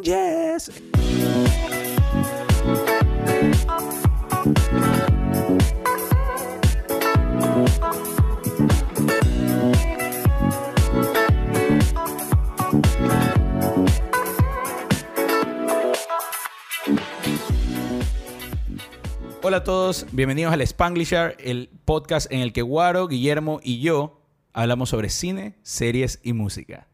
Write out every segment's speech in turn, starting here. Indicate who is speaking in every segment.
Speaker 1: ustedes.
Speaker 2: Hola a todos, bienvenidos al Spanglishar, el podcast en el que Guaro, Guillermo y yo hablamos sobre cine, series y música.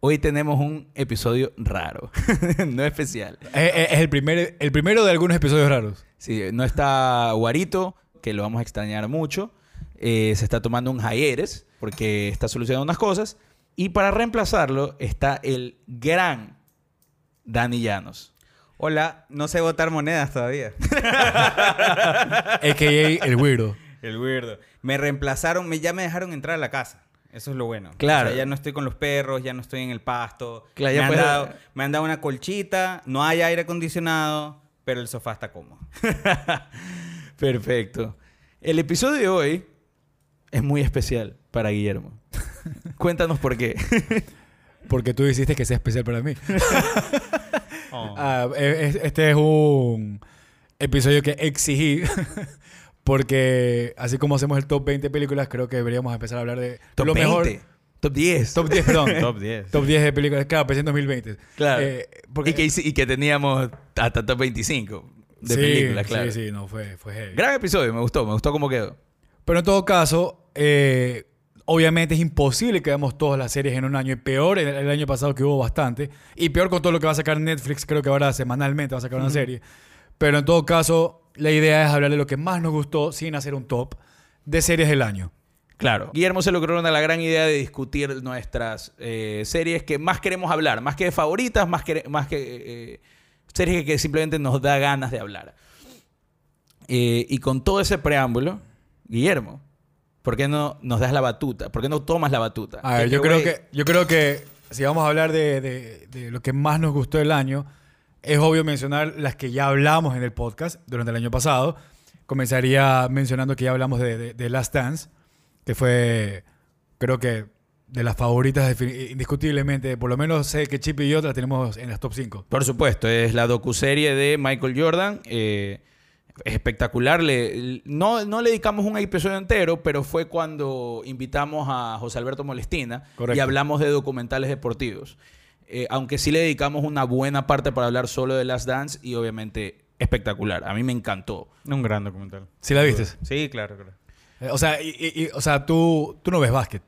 Speaker 2: Hoy tenemos un episodio raro, no especial.
Speaker 3: Eh, eh, Es el, primer, el primero de algunos episodios raros.
Speaker 2: Sí, no está Guarito, que lo vamos a extrañar mucho. Eh, se está tomando un Jaeres porque está solucionando unas cosas. Y para reemplazarlo está el gran Dani Llanos.
Speaker 4: Hola, no sé botar monedas todavía.
Speaker 3: A.K.A. el weirdo.
Speaker 4: El weirdo. Me reemplazaron, me, ya me dejaron entrar a la casa. Eso es lo bueno.
Speaker 2: Claro.
Speaker 4: O sea, ya no estoy con los perros, ya no estoy en el pasto.
Speaker 2: Claro, ya
Speaker 4: me, han
Speaker 2: puedes-
Speaker 4: dado, me han dado una colchita, no hay aire acondicionado, pero el sofá está cómodo.
Speaker 2: Perfecto. El episodio de hoy es muy especial para Guillermo. Cuéntanos por qué.
Speaker 3: Porque tú hiciste que sea especial para mí.
Speaker 4: Oh.
Speaker 3: Ah, es- es- este es un episodio que exigí. Porque así como hacemos el top 20 películas, creo que deberíamos empezar a hablar de
Speaker 2: Top
Speaker 3: lo
Speaker 2: 20,
Speaker 3: mejor.
Speaker 2: top 10.
Speaker 3: Top 10, perdón.
Speaker 4: Top 10.
Speaker 3: Top 10 de películas. Claro, pensé en 2020.
Speaker 2: Claro.
Speaker 3: Eh, porque,
Speaker 2: y, que, hice- y que teníamos hasta top 25 de
Speaker 3: Sí,
Speaker 2: películas, claro.
Speaker 3: Sí, sí, no, fue, fue heavy.
Speaker 2: Gran episodio, me gustó, me gustó cómo quedó.
Speaker 3: Pero en todo caso, eh, obviamente es imposible que veamos todas las series en un año. Y peor el, el año pasado que hubo bastante. Y peor con todo lo que va a sacar Netflix. Creo que ahora semanalmente va a sacar una serie. Pero en todo caso, la idea es hablar de lo que más nos gustó sin hacer un top de series del año.
Speaker 2: Claro. Guillermo se logró una la gran idea de discutir nuestras eh, series que más queremos hablar, más que de favoritas, más que, más que eh, series que simplemente nos da ganas de hablar. Eh, y con todo ese preámbulo, Guillermo, ¿por qué no nos das la batuta? ¿Por qué no tomas la batuta?
Speaker 3: A ver,
Speaker 4: Que-
Speaker 3: yo
Speaker 4: que,
Speaker 3: creo
Speaker 4: güey.
Speaker 3: que, yo creo que si vamos a hablar de, de- de lo que más nos gustó del año, es obvio mencionar las que ya hablamos en el podcast durante el año pasado. Comenzaría mencionando que ya hablamos de, de- de Last Dance, que fue, creo que, de las favoritas defini- indiscutiblemente. Por lo menos sé que Chip y yo la tenemos en las top 5.
Speaker 2: Por supuesto, es la docuserie de Michael Jordan. eh, es espectacular. Le- no, no le dedicamos un episodio entero, pero fue cuando invitamos a José Alberto Molestina y
Speaker 3: Correcto.
Speaker 2: hablamos de documentales deportivos. Eh, aunque sí le dedicamos una buena parte para hablar solo de Last Dance y obviamente espectacular. A mí me encantó.
Speaker 4: Un gran documental.
Speaker 3: ¿Sí la viste?
Speaker 4: Sí, claro, claro.
Speaker 3: Eh, O sea, y- y- y- o sea tú, tú no ves básquet.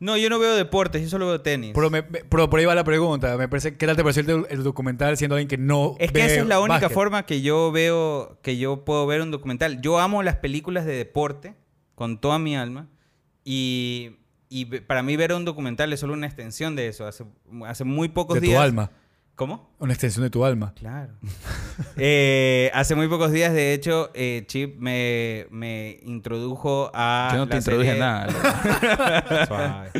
Speaker 4: No, yo no veo deportes, yo solo veo tenis.
Speaker 3: Pero, me- me- pero por ahí va la pregunta. Me parece, ¿Qué tal te pareció el, do- el documental siendo alguien que no
Speaker 4: Es que
Speaker 3: ve
Speaker 4: esa es la única
Speaker 3: básquet?
Speaker 4: forma que yo veo, que yo puedo ver un documental. Yo amo las películas de deporte con toda mi alma y, y ve- para mí ver un documental es solo una extensión de eso. Hace, hace muy pocos
Speaker 3: de
Speaker 4: días...
Speaker 3: tu alma.
Speaker 4: ¿Cómo?
Speaker 3: Una extensión de tu alma.
Speaker 4: Claro. Eh, hace muy pocos días, de hecho, eh, Chip me, me introdujo a...
Speaker 2: Yo no te
Speaker 4: la
Speaker 2: introduje
Speaker 4: serie-
Speaker 2: nada.
Speaker 4: Suave.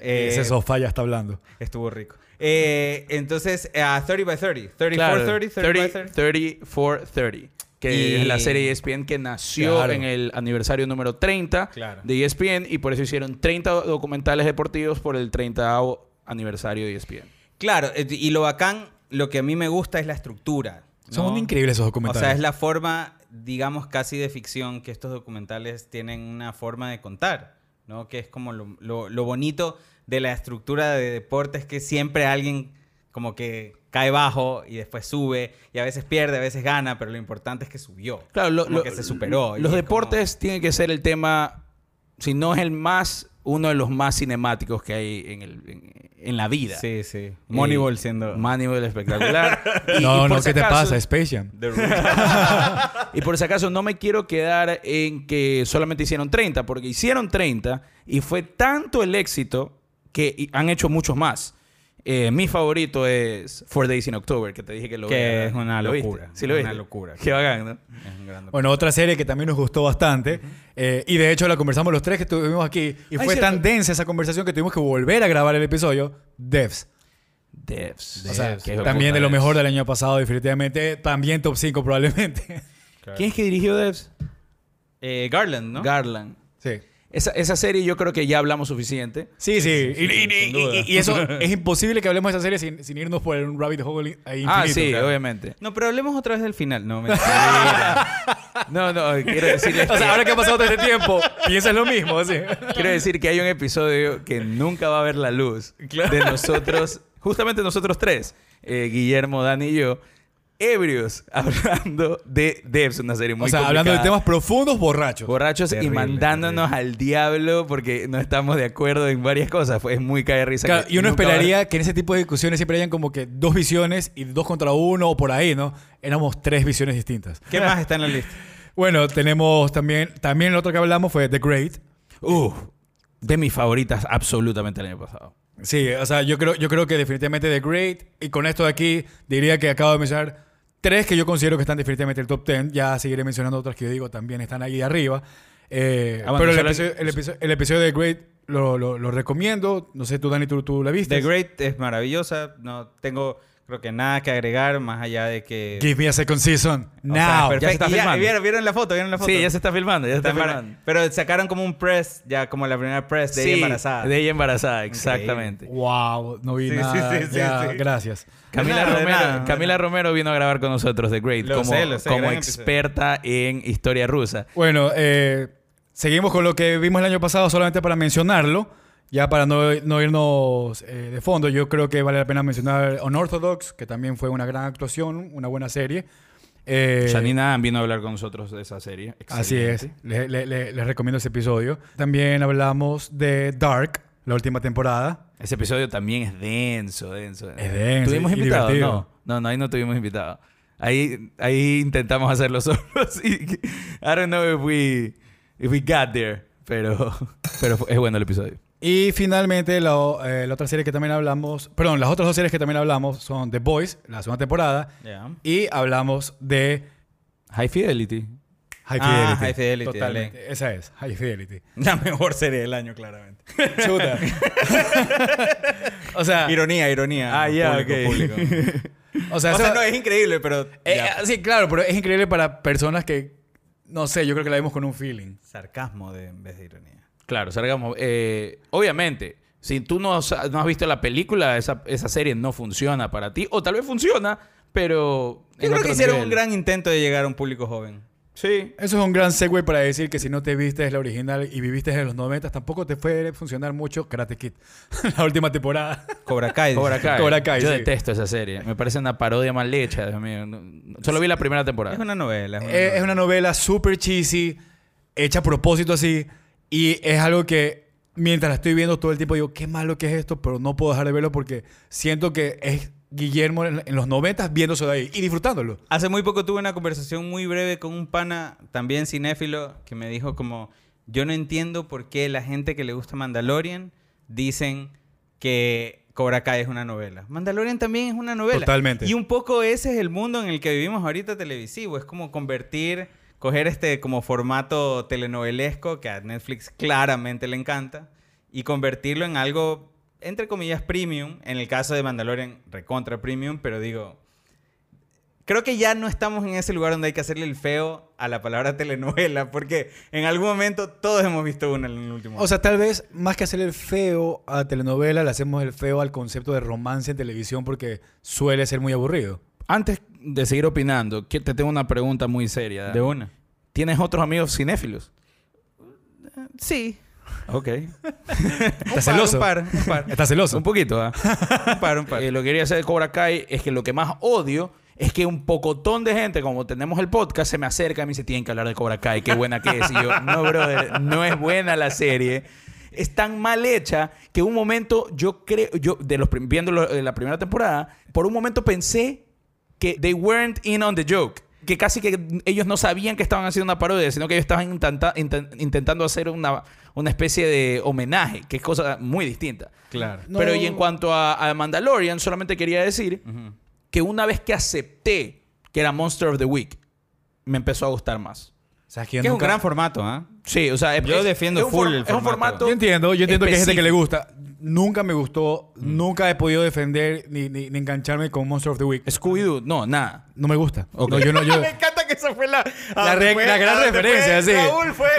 Speaker 4: Eh,
Speaker 3: Ese sofá ya está hablando.
Speaker 4: Estuvo rico. Eh, entonces, a 30 by 30. 30
Speaker 2: Claro,
Speaker 4: for 30, 30 by 30.
Speaker 2: 30 for 30. Que
Speaker 4: Y-
Speaker 2: es la serie E ESPN que nació
Speaker 3: Claro.
Speaker 2: en el aniversario número 30
Speaker 4: Claro.
Speaker 2: de E ESPN y por eso hicieron 30 documentales deportivos por el 30 aniversario de E ESPN.
Speaker 4: Claro, eh, y lo bacán, lo que a mí me gusta es la estructura. ¿no?
Speaker 3: Son increíbles esos
Speaker 4: O
Speaker 3: documentales.
Speaker 4: sea, es la forma, digamos, casi de ficción que estos documentales tienen una forma de contar, ¿no? Que es como lo, lo- lo bonito de la estructura de deportes que siempre alguien como que cae bajo y después sube y a veces pierde, a veces gana, pero lo importante es que subió.
Speaker 2: Claro, lo,
Speaker 4: como
Speaker 2: lo-
Speaker 4: que se superó. y
Speaker 2: Los
Speaker 4: es
Speaker 2: deportes tienen que ser el tema, si no es el más, uno de los más cinemáticos que hay en, el- en- en la vida.
Speaker 4: como- Sí, sí.
Speaker 2: Eh,
Speaker 4: Moneyball siendo...
Speaker 2: Moneyball espectacular. Y- y
Speaker 3: no,
Speaker 2: por
Speaker 3: no,
Speaker 2: si
Speaker 3: ¿qué te
Speaker 2: acaso-
Speaker 3: pasa? Space Jam.
Speaker 4: The Rock.
Speaker 2: Y por si acaso, no me quiero quedar en que solamente hicieron 30, porque hicieron 30 y fue tanto el éxito que y- han hecho muchos más. Eh, mi favorito es Four Days in October, que te dije que lo
Speaker 4: Que
Speaker 2: vea.
Speaker 4: es una
Speaker 2: ¿Lo viste?
Speaker 4: locura,
Speaker 2: Sí, lo
Speaker 4: una
Speaker 2: viste.
Speaker 4: locura.
Speaker 2: Qué bacán, ¿no?
Speaker 4: Es un gran
Speaker 3: Bueno, otra serie que también nos gustó bastante. eh, y de hecho la conversamos los tres que estuvimos aquí. Y
Speaker 2: Ah,
Speaker 3: fue
Speaker 2: es
Speaker 3: tan
Speaker 2: cierto.
Speaker 3: densa esa conversación que tuvimos que volver a grabar el episodio. Devs.
Speaker 2: Devs.
Speaker 3: O sea,
Speaker 2: Qué hijo
Speaker 3: también
Speaker 2: puta
Speaker 3: de lo
Speaker 2: Devs.
Speaker 3: mejor del año pasado, definitivamente. También top 5 probablemente.
Speaker 4: documental.
Speaker 2: ¿Quién es que dirigió Devs?
Speaker 4: Eh, Garland, ¿no?
Speaker 2: Garland.
Speaker 3: sí.
Speaker 2: Esa, esa serie yo creo que ya hablamos suficiente.
Speaker 3: Sí, sí. Y, y- y-
Speaker 4: sin duda.
Speaker 3: y- y eso es imposible que hablemos de esa serie sin, sin irnos por un rabbit hole ahí infinito.
Speaker 2: ah, sí,
Speaker 3: claro.
Speaker 2: obviamente.
Speaker 4: No, pero hablemos otra vez del final. No, mentira.
Speaker 2: No, no, quiero decirles
Speaker 3: O sea,
Speaker 2: que-
Speaker 3: ahora que ha pasado todo este tiempo, piensas lo mismo, así.
Speaker 2: Quiero decir que hay un episodio que nunca va a ver la luz de nosotros, justamente nosotros tres, eh, Guillermo, Dani y yo, ebrios, hablando de Devs, una serie muy
Speaker 3: o sea, hablando de
Speaker 2: complicada.
Speaker 3: temas profundos, borrachos.
Speaker 2: borrachos
Speaker 4: Terrible,
Speaker 2: y mandándonos al diablo porque no estamos de acuerdo en varias cosas. Fue es muy cae de risa.
Speaker 3: Claro,
Speaker 2: que
Speaker 3: y uno
Speaker 2: nunca va a-
Speaker 3: esperaría que en ese tipo de discusiones siempre hayan como que dos visiones y dos contra uno o por ahí, ¿no? Éramos tres visiones distintas.
Speaker 4: ¿Qué más está en la lista?
Speaker 3: Bueno, tenemos también, también el otro que hablamos fue The Great.
Speaker 2: Uf, de mis favoritas absolutamente el año pasado.
Speaker 3: Sí, o sea, yo creo, yo creo que definitivamente The Great, y con esto de aquí, diría que acabo de mencionar tres que yo considero que están definitivamente en el top ten. Ya seguiré mencionando otras que yo digo también están ahí arriba. Eh,
Speaker 2: Ah, bueno,
Speaker 3: pero el
Speaker 2: solo-
Speaker 3: episodio, el, episodio, el episodio de The Great lo, lo- lo recomiendo. No sé, tú, Dani, tú, tú la viste.
Speaker 4: The Great es maravillosa. No tengo, creo que nada que agregar más allá de que.
Speaker 3: Give me a second season.
Speaker 4: O
Speaker 3: Now.
Speaker 4: sea,
Speaker 2: ya se
Speaker 4: perfecto.
Speaker 2: está
Speaker 4: Y
Speaker 2: filmando.
Speaker 4: ¿vieron, vieron la foto, vieron la foto.
Speaker 2: Sí, ya se está filmando, ya se está,
Speaker 4: Está mara-
Speaker 2: filmando.
Speaker 4: Pero sacaron como un press, ya como la primera press de ella
Speaker 2: Sí,
Speaker 4: embarazada.
Speaker 2: De ella embarazada, exactamente.
Speaker 3: Wow, no vi
Speaker 4: Sí, sí,
Speaker 3: nada.
Speaker 4: sí, sí,
Speaker 3: Ya,
Speaker 4: sí.
Speaker 3: Gracias.
Speaker 2: Camila,
Speaker 4: De nada, de
Speaker 2: Romero,
Speaker 4: nada, de
Speaker 2: Camila
Speaker 4: nada.
Speaker 2: Romero vino a grabar con nosotros The Great
Speaker 4: Lo
Speaker 2: como,
Speaker 4: sé, lo sé,
Speaker 2: como
Speaker 4: gran episodio.
Speaker 2: experta en historia rusa.
Speaker 3: Bueno, eh, seguimos con lo que vimos el año pasado solamente para mencionarlo. Ya para no, no irnos eh, de fondo, yo creo que vale la pena mencionar Unorthodox, que también fue una gran actuación, una buena serie. Eh,
Speaker 2: Janina Ahn vino a hablar con nosotros de esa serie.
Speaker 3: Así es,
Speaker 2: Excelente.
Speaker 3: Le- le- le- les recomiendo ese episodio. También hablamos de Dark, la última temporada.
Speaker 2: Ese episodio también es denso, denso.
Speaker 3: Es denso
Speaker 2: ¿Tuvimos
Speaker 3: y
Speaker 2: invitado?
Speaker 3: divertido.
Speaker 2: No, no, no, ahí no tuvimos invitado. Ahí, ahí intentamos hacerlo solos. Y, I don't know if we, if we got there, pero, pero fue- es bueno el episodio.
Speaker 3: Y finalmente, la, o- eh, la otra serie que también hablamos, perdón, las otras dos series que también hablamos son The Boys, la segunda temporada,
Speaker 4: Ya.
Speaker 3: y hablamos de
Speaker 2: High Fidelity.
Speaker 3: High Fidelity.
Speaker 4: Ah, High Fidelity,
Speaker 3: Totalmente. Esa es, High Fidelity.
Speaker 4: La mejor serie del año, claramente.
Speaker 3: Chuta. o sea,
Speaker 4: Ironía, ironía.
Speaker 2: Ah, ya,
Speaker 4: Público,
Speaker 2: ok.
Speaker 4: público.
Speaker 3: o sea,
Speaker 4: o sea,
Speaker 3: eso-
Speaker 4: no, es increíble, pero...
Speaker 3: eh,
Speaker 4: ya.
Speaker 3: sí, claro, pero es increíble para personas que, no sé, yo creo que la vimos con un feeling.
Speaker 4: Sarcasmo de, en vez de ironía.
Speaker 2: Claro, salgamos. Eh, obviamente, si tú no, sa- no has visto la película, esa, esa serie no funciona para ti. O tal vez funciona, pero.
Speaker 4: Yo
Speaker 2: en
Speaker 4: creo
Speaker 2: otro
Speaker 4: que hicieron
Speaker 2: nivel.
Speaker 4: un gran intento de llegar a un público joven.
Speaker 2: Sí.
Speaker 3: Eso es un gran segue para decir que si no te viste la original y viviste en los 90, tampoco te fue a funcionar mucho Karate Kid, la última temporada.
Speaker 4: Cobra Kai.
Speaker 2: Cobra Kai.
Speaker 3: Cobra Kai,
Speaker 2: Yo
Speaker 3: sí.
Speaker 2: detesto esa serie. Me parece una parodia mal hecha, Dios mío. No- no- Solo vi la primera temporada.
Speaker 4: Es una novela. Es una
Speaker 3: Eh, es
Speaker 4: novela.
Speaker 3: una novela súper cheesy, hecha a propósito así, y es algo que mientras la estoy viendo todo el tiempo digo, qué malo que es esto, pero no puedo dejar de verlo porque siento que es Guillermo en, en los 90 viéndose de ahí y disfrutándolo.
Speaker 4: Hace muy poco tuve una conversación muy breve con un pana, también cinéfilo, que me dijo como, yo no entiendo por qué la gente que le gusta Mandalorian dicen que Cobra Kai es una novela. Mandalorian también es una novela.
Speaker 3: Totalmente.
Speaker 4: Y un poco ese es el mundo en el que vivimos ahorita televisivo. Es como convertir, coger este como formato telenovelesco que a Netflix claramente le encanta y convertirlo en algo, entre comillas, premium. En el caso de Mandalorian, recontra premium, pero digo... Creo que ya no estamos en ese lugar donde hay que hacerle el feo a la palabra telenovela, porque en algún momento todos hemos visto una en el último.
Speaker 3: O sea, tal vez más que hacer el feo a telenovela, le hacemos el feo al concepto de romance en televisión porque suele ser muy aburrido.
Speaker 2: Antes de seguir opinando, que te tengo una pregunta muy seria.
Speaker 4: de una.
Speaker 2: ¿Tienes otros amigos cinéfilos?
Speaker 4: Sí.
Speaker 2: Ok.
Speaker 3: ¿Estás celoso?
Speaker 4: Un par, un par, un
Speaker 3: ¿Estás celoso?
Speaker 2: Un poquito, ¿ah?
Speaker 4: par, un par, un par.
Speaker 2: Eh, lo que quería hacer de Cobra Kai es que lo que más odio es que un pocotón de gente, como tenemos el podcast, se me acerca y me dice, tienen que hablar de Cobra Kai, qué buena que es. Y yo, no, brother, no es buena la serie. Es tan mal hecha que un momento yo creo, yo de los prim- viendo lo- de la primera temporada, por un momento pensé que they weren't in on the joke. Que casi que ellos no sabían que estaban haciendo una parodia, sino que ellos estaban intenta- inten- intentando hacer una, una especie de homenaje, que es cosa muy distinta.
Speaker 4: Claro.
Speaker 3: No.
Speaker 2: Pero y en cuanto a, a Mandalorian, solamente quería decir que una vez que acepté que era Monster of the Week, me empezó a gustar más.
Speaker 3: ¿Sabes
Speaker 4: Que
Speaker 3: yo
Speaker 4: es un
Speaker 3: nunca-
Speaker 4: gran formato, ¿ah?
Speaker 2: Sí, o sea, es-
Speaker 4: Yo
Speaker 2: es-
Speaker 4: defiendo
Speaker 2: es un for-
Speaker 4: full el
Speaker 2: es un
Speaker 4: formato.
Speaker 2: formato.
Speaker 3: Yo entiendo, yo entiendo que hay gente que le
Speaker 2: específico.
Speaker 3: gusta. Nunca me gustó,
Speaker 4: Mm.
Speaker 3: nunca he podido defender ni, ni, ni engancharme con Monster of the Week.
Speaker 2: Scooby-Doo, no, nada.
Speaker 3: No me gusta. No, yo no, yo-
Speaker 4: encanta que esa fue ah, la,
Speaker 3: la, re- la gran referencia, sí.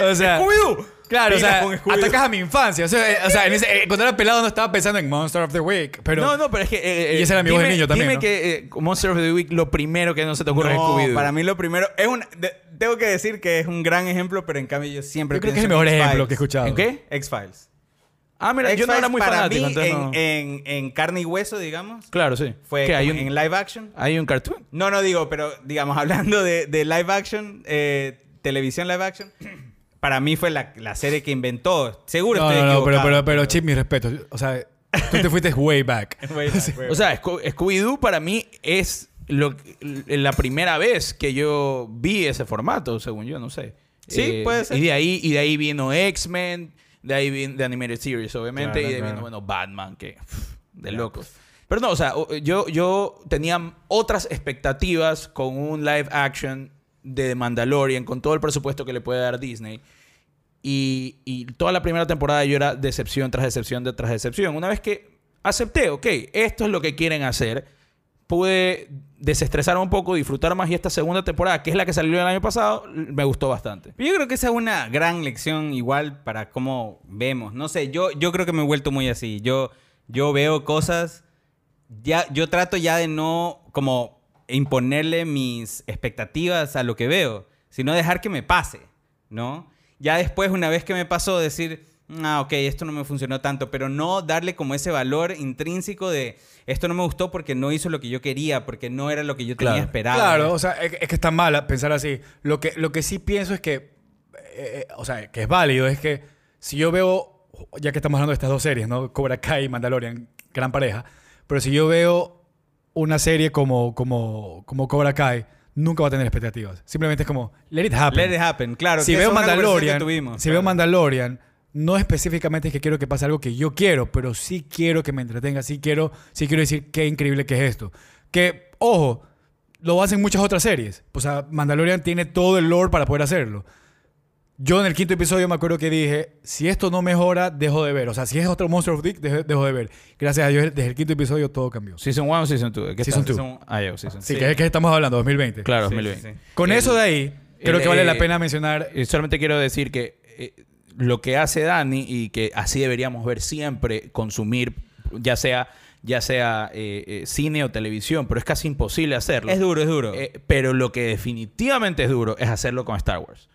Speaker 3: O sea,
Speaker 4: ¡Scooby-Doo!
Speaker 3: Claro, o
Speaker 4: Peinas
Speaker 3: sea,
Speaker 4: con Scooby-Doo.
Speaker 3: atacas a mi infancia. O sea, eh, o sea, en ese- eh, cuando era pelado no estaba pensando en Monster of the Week, pero
Speaker 2: no, no, pero es que. eh,
Speaker 3: Y ese era mi voz
Speaker 2: dime,
Speaker 3: de niño también,
Speaker 2: Dime
Speaker 3: ¿no?
Speaker 2: que eh, Monster of the Week, lo primero que no se te ocurre es
Speaker 4: No,
Speaker 2: Scooby-Doo.
Speaker 4: para mí lo primero es un de- tengo que decir que es un gran ejemplo, pero en cambio yo siempre
Speaker 3: yo creo que es el
Speaker 4: pienso
Speaker 3: mejor
Speaker 4: en
Speaker 3: ejemplo que he
Speaker 4: X-Files.
Speaker 3: escuchado.
Speaker 2: ¿En qué?
Speaker 4: X-Files.
Speaker 2: Ah, mira, yo no
Speaker 4: X-Files
Speaker 2: era muy
Speaker 4: para
Speaker 2: fanático,
Speaker 4: mí,
Speaker 2: entonces
Speaker 4: en,
Speaker 2: no.
Speaker 4: en- en carne y hueso, digamos,
Speaker 2: Claro, sí.
Speaker 4: fue
Speaker 2: ¿Qué, hay
Speaker 4: como
Speaker 2: un,
Speaker 4: en live action.
Speaker 2: hay un cartoon.
Speaker 4: No, no digo, pero digamos, hablando de, de live action, eh, televisión live action, para mí fue la, la serie que inventó. Seguro
Speaker 3: No,
Speaker 4: estoy
Speaker 3: no, no, pero,
Speaker 4: equivocado,
Speaker 3: pero, pero, Chip, mis respetos. O sea, tú te fuiste way back.
Speaker 4: Way back, way
Speaker 2: O sea, Sco- Scooby-Doo para mí es lo, la primera vez que yo vi ese formato, según yo, no sé. Eh,
Speaker 4: Sí, puede ser.
Speaker 2: Y de ahí, y de ahí vino X-Men, de ahí vino The Animated Series, obviamente,
Speaker 4: Claro,
Speaker 2: y de ahí
Speaker 4: claro.
Speaker 2: vino, bueno, Batman, que pff, de locos. Pero no, o sea, o- yo, yo tenía otras expectativas con un live action de The Mandalorian, con todo el presupuesto que le puede dar Disney. Y, y toda la primera temporada yo era decepción tras decepción de- tras decepción. Una vez que acepté, ok, esto es lo que quieren hacer, pude desestresar un poco, disfrutar más. Y esta segunda temporada, que es la que salió el año pasado, l- me gustó bastante.
Speaker 4: Yo creo que esa es una gran lección igual para cómo vemos. No sé, yo, yo creo que me he vuelto muy así. Yo, yo veo cosas, ya, yo trato ya de no como imponerle mis expectativas a lo que veo, sino dejar que me pase, ¿no? Ya después, una vez que me pasó, decir, ah, ok, esto no me funcionó tanto, pero no darle como ese valor intrínseco de, esto no me gustó porque no hizo lo que yo quería, porque no era lo que yo tenía
Speaker 2: Claro.
Speaker 4: esperado.
Speaker 3: Claro, o sea, es, es que está mal pensar así. Lo que, lo que sí pienso es que, eh, eh, o sea, que es válido, es que si yo veo, ya que estamos hablando de estas dos series, ¿no? Cobra Kai y Mandalorian, gran pareja, pero si yo veo una serie como, como, como Cobra Kai, nunca va a tener expectativas. Simplemente es como, let it happen.
Speaker 4: Let it happen, claro.
Speaker 3: si
Speaker 4: que
Speaker 3: veo
Speaker 4: esa es una conversación que
Speaker 3: Mandalorian,
Speaker 4: tuvimos,
Speaker 3: si
Speaker 4: claro.
Speaker 3: veo Mandalorian, no específicamente es que quiero que pase algo que yo quiero, pero sí quiero que me entretenga, sí quiero, sí quiero decir qué increíble que es esto. Que ojo, lo hacen muchas otras series. O sea, Mandalorian tiene todo el lore para poder hacerlo. Yo en el quinto episodio me acuerdo que dije, si esto no mejora, dejo de ver. O sea, si es otro Monster of Dick, dejo, dejo de ver. Gracias a Dios, desde el quinto episodio todo cambió. Sí,
Speaker 2: Season 1 o Season 2.
Speaker 3: Season two.
Speaker 2: Ah, ya, Season
Speaker 4: Sí.
Speaker 3: que es el que estamos hablando, 2020.
Speaker 2: Claro,
Speaker 4: Sí, sí,
Speaker 2: 2020.
Speaker 4: sí.
Speaker 3: Con eso de ahí, creo
Speaker 2: el,
Speaker 3: que vale
Speaker 2: eh,
Speaker 3: la pena mencionar...
Speaker 2: Y solamente quiero decir que eh, lo que hace Dani y que así deberíamos ver siempre, consumir, ya sea, ya sea eh, eh, cine o televisión, pero es casi imposible hacerlo.
Speaker 4: Es duro, es duro.
Speaker 2: Eh, pero lo que definitivamente es duro es hacerlo con Star Wars.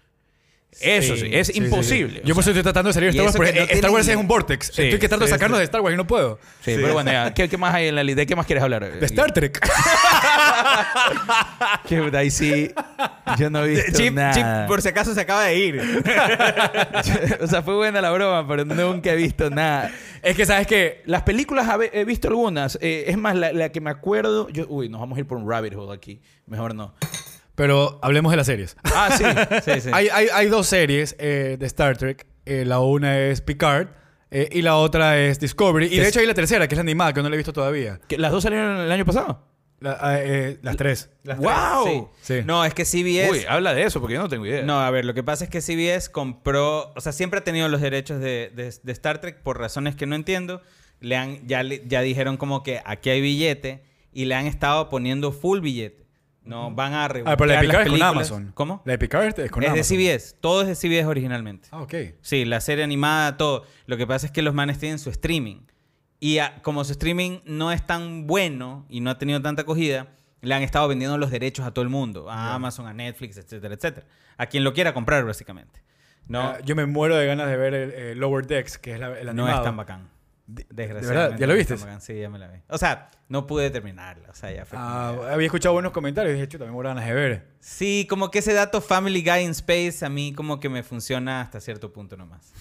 Speaker 2: Eso sí, es
Speaker 3: Sí, sí, sí.
Speaker 2: imposible.
Speaker 3: Yo
Speaker 2: O
Speaker 3: por
Speaker 2: sea,
Speaker 3: eso estoy tratando de salir de
Speaker 4: y
Speaker 3: Star Wars,
Speaker 4: eso
Speaker 3: porque
Speaker 4: que no
Speaker 3: eh, Star Wars
Speaker 4: tienen-
Speaker 3: es un vortex.
Speaker 2: Sí,
Speaker 3: estoy que trato de
Speaker 2: sí,
Speaker 3: sacarnos
Speaker 2: sí.
Speaker 3: de Star Wars y no puedo.
Speaker 2: sí, pero bueno, ya, ¿qué, qué más hay en la lista? ¿De qué más quieres hablar?
Speaker 3: De Star Trek.
Speaker 2: Que de ahí sí, yo no he visto
Speaker 4: Chip,
Speaker 2: nada.
Speaker 4: Chip, por si acaso se acaba de ir.
Speaker 2: o sea, fue buena la broma, pero nunca he visto nada.
Speaker 3: es que sabes que
Speaker 2: Las películas habe- he visto algunas. Eh, es más, la, la que me acuerdo. Yo, uy, nos vamos a ir por un rabbit hole aquí. Mejor no.
Speaker 3: pero hablemos de las series.
Speaker 2: Ah, sí.
Speaker 4: Sí, sí.
Speaker 3: Hay, hay- hay dos series eh, de Star Trek. Eh, la una es Picard eh, y la otra es Discovery. Y
Speaker 2: Es-
Speaker 3: de hecho hay la tercera, que es la animada, que no la he visto todavía.
Speaker 2: ¿Que ¿Las dos salieron el año pasado?
Speaker 3: La- ah, eh, las tres.
Speaker 4: Las
Speaker 2: ¡Guau!
Speaker 4: tres, sí. ah,
Speaker 3: Sí.
Speaker 4: No, es que CBS.
Speaker 2: Uy, habla de eso porque yo no tengo idea.
Speaker 4: no, a ver, lo que pasa es que CBS compró. O sea, siempre ha tenido los derechos de, de- de Star Trek por razones que no entiendo. Le han, ya, le- ya dijeron como que aquí hay billete y le han estado poniendo full billete. No, van a
Speaker 3: Ah, pero la de
Speaker 4: rebuscar las
Speaker 3: Picard es con
Speaker 4: películas.
Speaker 3: Amazon.
Speaker 4: ¿Cómo?
Speaker 3: La de Picard es con
Speaker 4: es
Speaker 3: Amazon.
Speaker 4: de CBS. Todo es de CBS originalmente.
Speaker 3: Ah, ok.
Speaker 4: Sí, la serie animada, todo. Lo que pasa es que los manes tienen su streaming. Y ah, como su streaming no es tan bueno y no ha tenido tanta acogida, le han estado vendiendo los derechos a todo el mundo. A Amazon, a Netflix, etcétera, etcétera. A quien lo quiera comprar, básicamente. No,
Speaker 3: Ah, yo me muero de ganas de ver el, eh, Lower Decks, que es la, el
Speaker 4: no
Speaker 3: animado.
Speaker 4: es tan bacán. Desgraciadamente.
Speaker 3: verdad? ¿Ya lo
Speaker 4: no es
Speaker 3: viste?
Speaker 4: tan bacán. Sí, ya me la vi. O sea, no pude terminarla. O sea, ya fue. como
Speaker 3: Ah,
Speaker 4: ya.
Speaker 3: había escuchado buenos comentarios y dije, chuta, me muero de ganas de ver.
Speaker 4: Sí, como que ese dato Family Guy in Space a mí como que me funciona hasta cierto punto nomás.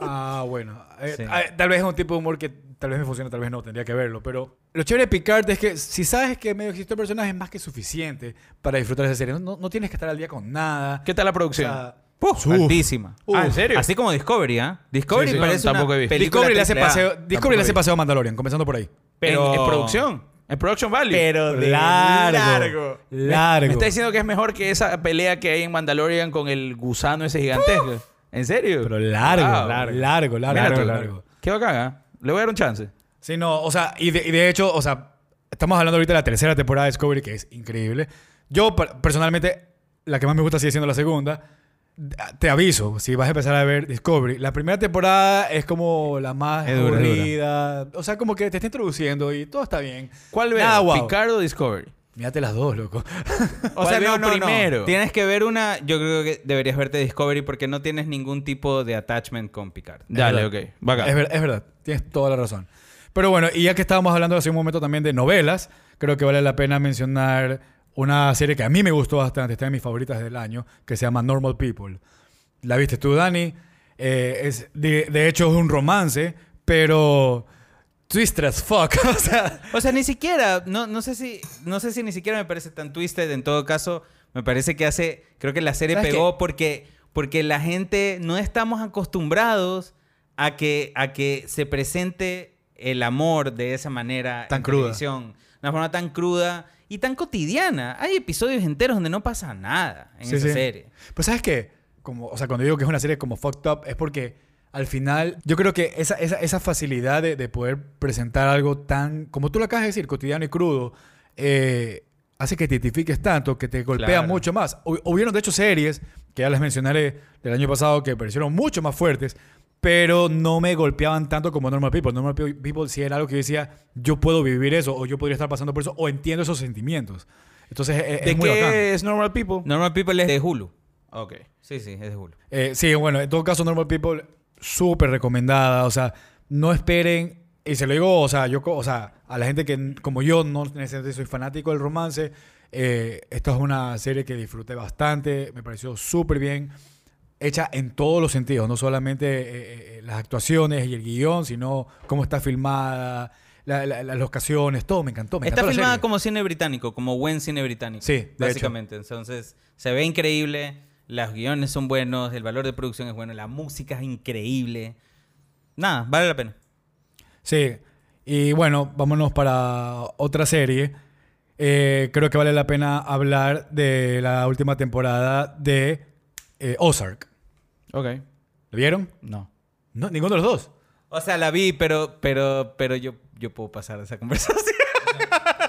Speaker 3: Ah, bueno. Eh,
Speaker 4: Sí.
Speaker 3: ah, tal vez es un tipo de humor que tal vez me funciona, tal vez no, tendría que verlo. Pero lo chévere de Picard es que si sabes que medio existe el personaje es más que suficiente para disfrutar esa serie. No, no- no tienes que estar al día con nada.
Speaker 2: ¿Qué tal la
Speaker 3: O
Speaker 2: producción?
Speaker 3: sea,
Speaker 4: Puf,
Speaker 3: Uf.
Speaker 4: altísima.
Speaker 2: ah, ¿en serio?
Speaker 4: Así como Discovery, ¿ah? Discovery
Speaker 2: Sí, sí.
Speaker 4: parece
Speaker 2: No,
Speaker 4: una
Speaker 2: tampoco he visto.
Speaker 4: película
Speaker 3: Discovery le hace
Speaker 4: AAA.
Speaker 3: paseo,
Speaker 2: Tampoco
Speaker 3: Discovery le hace
Speaker 2: vi.
Speaker 3: paseo a Mandalorian, comenzando por ahí.
Speaker 4: Pero-
Speaker 2: En, en producción. En production value.
Speaker 4: Pero
Speaker 3: Largo.
Speaker 2: Me
Speaker 3: Largo.
Speaker 2: está diciendo que es mejor que esa pelea que hay en Mandalorian con el gusano ese gigantesco. ¿En serio?
Speaker 3: Pero largo,
Speaker 2: Wow.
Speaker 3: largo, largo, largo,
Speaker 2: Mira
Speaker 3: largo,
Speaker 2: tú. Qué bacán, ¿ah? Le voy a dar un chance.
Speaker 3: Sí, no, o sea, y de, y de hecho, o sea, estamos hablando ahorita de la tercera temporada de Discovery, que es increíble. Yo, per- personalmente, la que más me gusta sigue siendo la segunda. te aviso, si vas a empezar a ver Discovery, la primera temporada es como la más
Speaker 4: Es dura, es dura.
Speaker 3: aburrida. O sea, como que te está introduciendo y todo está bien.
Speaker 2: ¿Cuál ves?
Speaker 3: Nada guau.
Speaker 2: ¿Picard o Discovery?
Speaker 3: Mírate las dos, loco.
Speaker 2: O sea,
Speaker 4: veo
Speaker 2: no, primero.
Speaker 4: Tienes que ver una. Yo creo que deberías verte Discovery porque no tienes ningún tipo de attachment con Picard.
Speaker 2: Dale,
Speaker 3: Es
Speaker 2: ok. Bacán.
Speaker 3: Es, ver- es verdad, tienes toda la razón. Pero bueno, y ya que estábamos hablando hace un momento también de novelas, creo que vale la pena mencionar una serie que a mí me gustó bastante, está en mis favoritas del año, que se llama Normal People. La viste tú, Dani. Eh, es, de, de hecho, es un romance, pero twist as fuck. o sea,
Speaker 4: O sea, ni siquiera, no, no sé si, no sé si ni siquiera me parece tan twisted. En todo caso, me parece que hace, creo que la serie
Speaker 3: ¿Sabes
Speaker 4: pegó porque, porque la gente no estamos acostumbrados a que, a que se presente el amor de esa manera
Speaker 3: Tan
Speaker 4: en
Speaker 3: cruda.
Speaker 4: televisión, de una forma tan cruda y tan cotidiana. Hay episodios enteros donde no pasa nada en
Speaker 3: Sí,
Speaker 4: esa
Speaker 3: sí.
Speaker 4: serie.
Speaker 3: Pues sabes que, como, o sea, cuando digo que es una serie como fucked up, es porque al final yo creo que esa, esa, esa facilidad de, de poder presentar algo tan, como tú lo acabas de decir, cotidiano y crudo, eh, hace que te identifiques tanto, que te golpea
Speaker 2: Claro.
Speaker 3: mucho más. Hu- Hubieron de hecho series, que ya les mencionaré del año pasado, que parecieron mucho más fuertes. Pero no me golpeaban tanto como Normal People. Normal Pe- People sí era algo que yo decía, yo puedo vivir eso, o yo podría estar pasando por eso, o entiendo esos sentimientos. Entonces, e, es, es
Speaker 2: ¿De
Speaker 3: muy
Speaker 2: qué
Speaker 3: bacán.
Speaker 2: es Normal People?
Speaker 4: Normal People es de Hulu.
Speaker 2: Ok.
Speaker 4: Sí, sí, es de Hulu.
Speaker 3: Eh, sí, bueno, en todo caso, Normal People, súper recomendada. O sea, no esperen. Y se lo digo, o sea, yo, co- o sea, a la gente que, n- como yo, no necesariamente soy fanático del romance, eh, esta es una serie que disfruté bastante, me pareció súper bien, hecha en todos los sentidos, no solamente eh, eh, las actuaciones y el guión, sino cómo está filmada, la- la- las locaciones, todo, me encantó, me
Speaker 4: Está
Speaker 3: encantó la
Speaker 4: filmada
Speaker 3: serie.
Speaker 4: como cine británico, como buen cine británico.
Speaker 3: Sí, de hecho.
Speaker 4: básicamente. Entonces, se ve increíble, los guiones son buenos, el valor de producción es bueno, la música es increíble. Nada, vale la pena.
Speaker 3: Sí. Y bueno, vámonos para otra serie. Eh, creo que vale la pena hablar de la última temporada de eh, Ozark.
Speaker 2: Ok.
Speaker 3: ¿Lo vieron?
Speaker 2: No.
Speaker 3: No, ninguno de los dos.
Speaker 4: O sea, la vi, pero pero pero yo yo puedo pasar esa conversación.